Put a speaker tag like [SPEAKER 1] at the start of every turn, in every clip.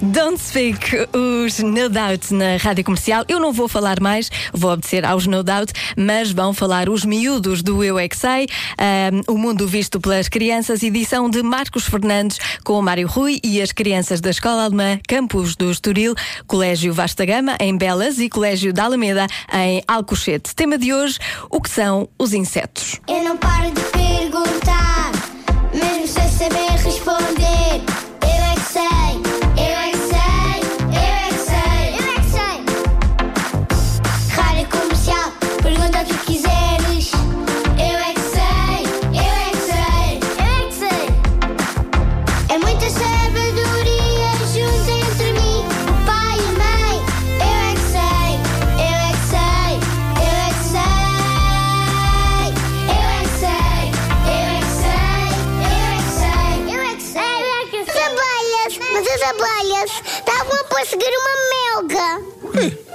[SPEAKER 1] Don't Speak, os No Doubt na rádio comercial. Eu não vou falar mais, vou obedecer aos No Doubt, mas vão falar os miúdos do Eu é Que Sei, um, o mundo visto pelas crianças, edição de Marcos Fernandes com o Mário Rui e as crianças da Escola Alemã Campus do Estoril, Colégio Vasta Gama em Belas e Colégio da Alameda em Alcochete. Tema de hoje: o que são os insetos?
[SPEAKER 2] Eu não paro de perguntar, mesmo sem saber responder. Eu é que sei, eu é que sei, eu é que sei, eu é que sei. Rádio comercial, pergunta o que quiseres. Eu é eu é que sei, eu é que sei. É muita sabedoria junto entre mim, o pai e a mãe. Eu é que sei, eu é que sei, eu é que sei. Eu é que sei, eu é que sei, eu é que sei. Eu é que sei, eu é que sei.
[SPEAKER 3] abelhas, mas as abelhas estavam a perseguir uma melga.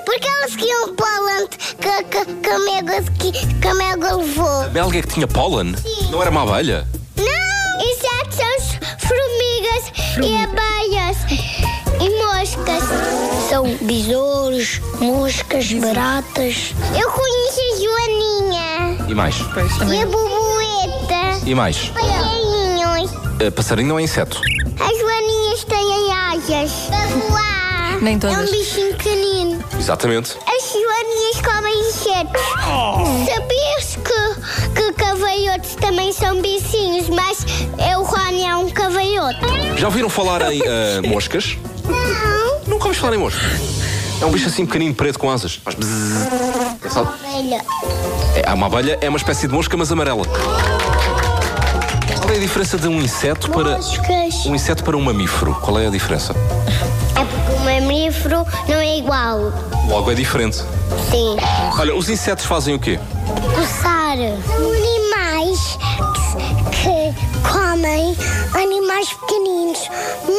[SPEAKER 3] Porque elas queriam pólen que, que, que, a melga, que, que a melga levou.
[SPEAKER 4] Belga que tinha pólen?
[SPEAKER 3] Sim.
[SPEAKER 4] Não era uma abelha?
[SPEAKER 3] Não! Insetos são formigas, e abelhas e moscas. São besouros, moscas, baratas. Eu conheço a Joaninha
[SPEAKER 4] E mais?
[SPEAKER 3] e a borboleta.
[SPEAKER 4] E mais?
[SPEAKER 3] Passarinhos.
[SPEAKER 4] Eh, passarinho não é inseto.
[SPEAKER 3] As joaninhas têm asas. Para voar.
[SPEAKER 1] Nem todas.
[SPEAKER 3] É um bichinho pequenino.
[SPEAKER 4] Exatamente.
[SPEAKER 3] As joaninhas comem insetos. Oh. Sabias que, que cavalhotes também são bichinhos, mas o Rony é um cavalhote.
[SPEAKER 4] Já ouviram falar em eh, moscas?
[SPEAKER 3] Não.
[SPEAKER 4] Nunca ouviste falar em moscas. É um bicho assim pequenino, preto, com asas. Faz bzzz. É só-
[SPEAKER 3] Ovelha.
[SPEAKER 4] É, uma abelha é uma espécie de mosca, mas amarela. Qual é a diferença de um inseto para...
[SPEAKER 3] Moscas.
[SPEAKER 4] Um inseto para um mamífero. Qual é a diferença?
[SPEAKER 3] É porque o mamífero não é igual.
[SPEAKER 4] Logo é diferente.
[SPEAKER 3] Sim.
[SPEAKER 4] Olha, os insetos fazem o quê?
[SPEAKER 3] Coçar. São animais que, que comem animais pequeninos.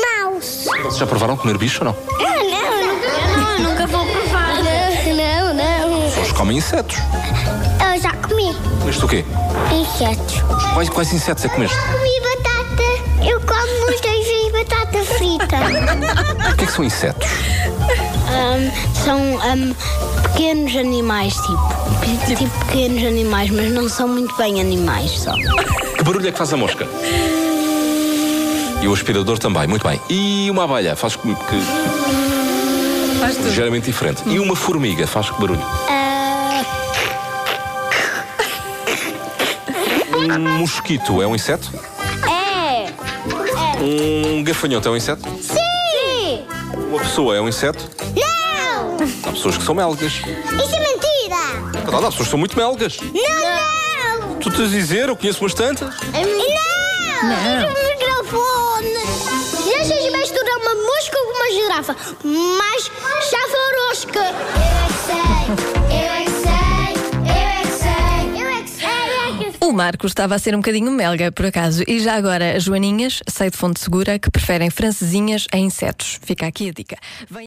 [SPEAKER 3] Maus.
[SPEAKER 4] Vocês já provaram comer bicho ou não?
[SPEAKER 3] É, Não, não, eu nunca vou provar. Não, não, não.
[SPEAKER 4] Eles comem insetos.
[SPEAKER 3] Eu já comi
[SPEAKER 4] Comeste o quê?
[SPEAKER 3] insetos.
[SPEAKER 4] Quais, quais insetos é que comeste?
[SPEAKER 3] comi batata. Eu como muitas vezes batata frita.
[SPEAKER 4] O que é que são insetos?
[SPEAKER 5] São hum, pequenos animais, tipo. pe- Tipo pequenos animais, mas não são muito bem animais só.
[SPEAKER 4] Que barulho é que faz a mosca? E o aspirador também, muito bem. E uma abelha faz que, que-
[SPEAKER 1] Faz tudo.
[SPEAKER 4] ligeiramente diferente. E uma formiga faz que barulho?
[SPEAKER 3] Ah,
[SPEAKER 4] Um mosquito é um inseto?
[SPEAKER 3] É.
[SPEAKER 4] Um gafanhoto é um inseto?
[SPEAKER 3] Sim.
[SPEAKER 4] Uma pessoa é um inseto?
[SPEAKER 3] Não.
[SPEAKER 4] Há pessoas que são melgas.
[SPEAKER 3] Isso é mentira.
[SPEAKER 4] É verdade, há pessoas que são muito melgas.
[SPEAKER 3] Não, não.
[SPEAKER 4] Tu tens a dizer, eu conheço umas tantas.
[SPEAKER 5] É
[SPEAKER 3] Não.
[SPEAKER 1] Não.
[SPEAKER 3] O microfone. Já sei misturar uma mosca com uma girafa. Mas chavarosca. Eu é que sei. Eu é que sei. Eu é que sei. Eu é que sei.
[SPEAKER 1] O Marco estava a ser um bocadinho melga, por acaso. E já agora, as joaninhas, sei de fonte segura, que preferem francesinhas a insetos. Fica aqui a dica. Vem-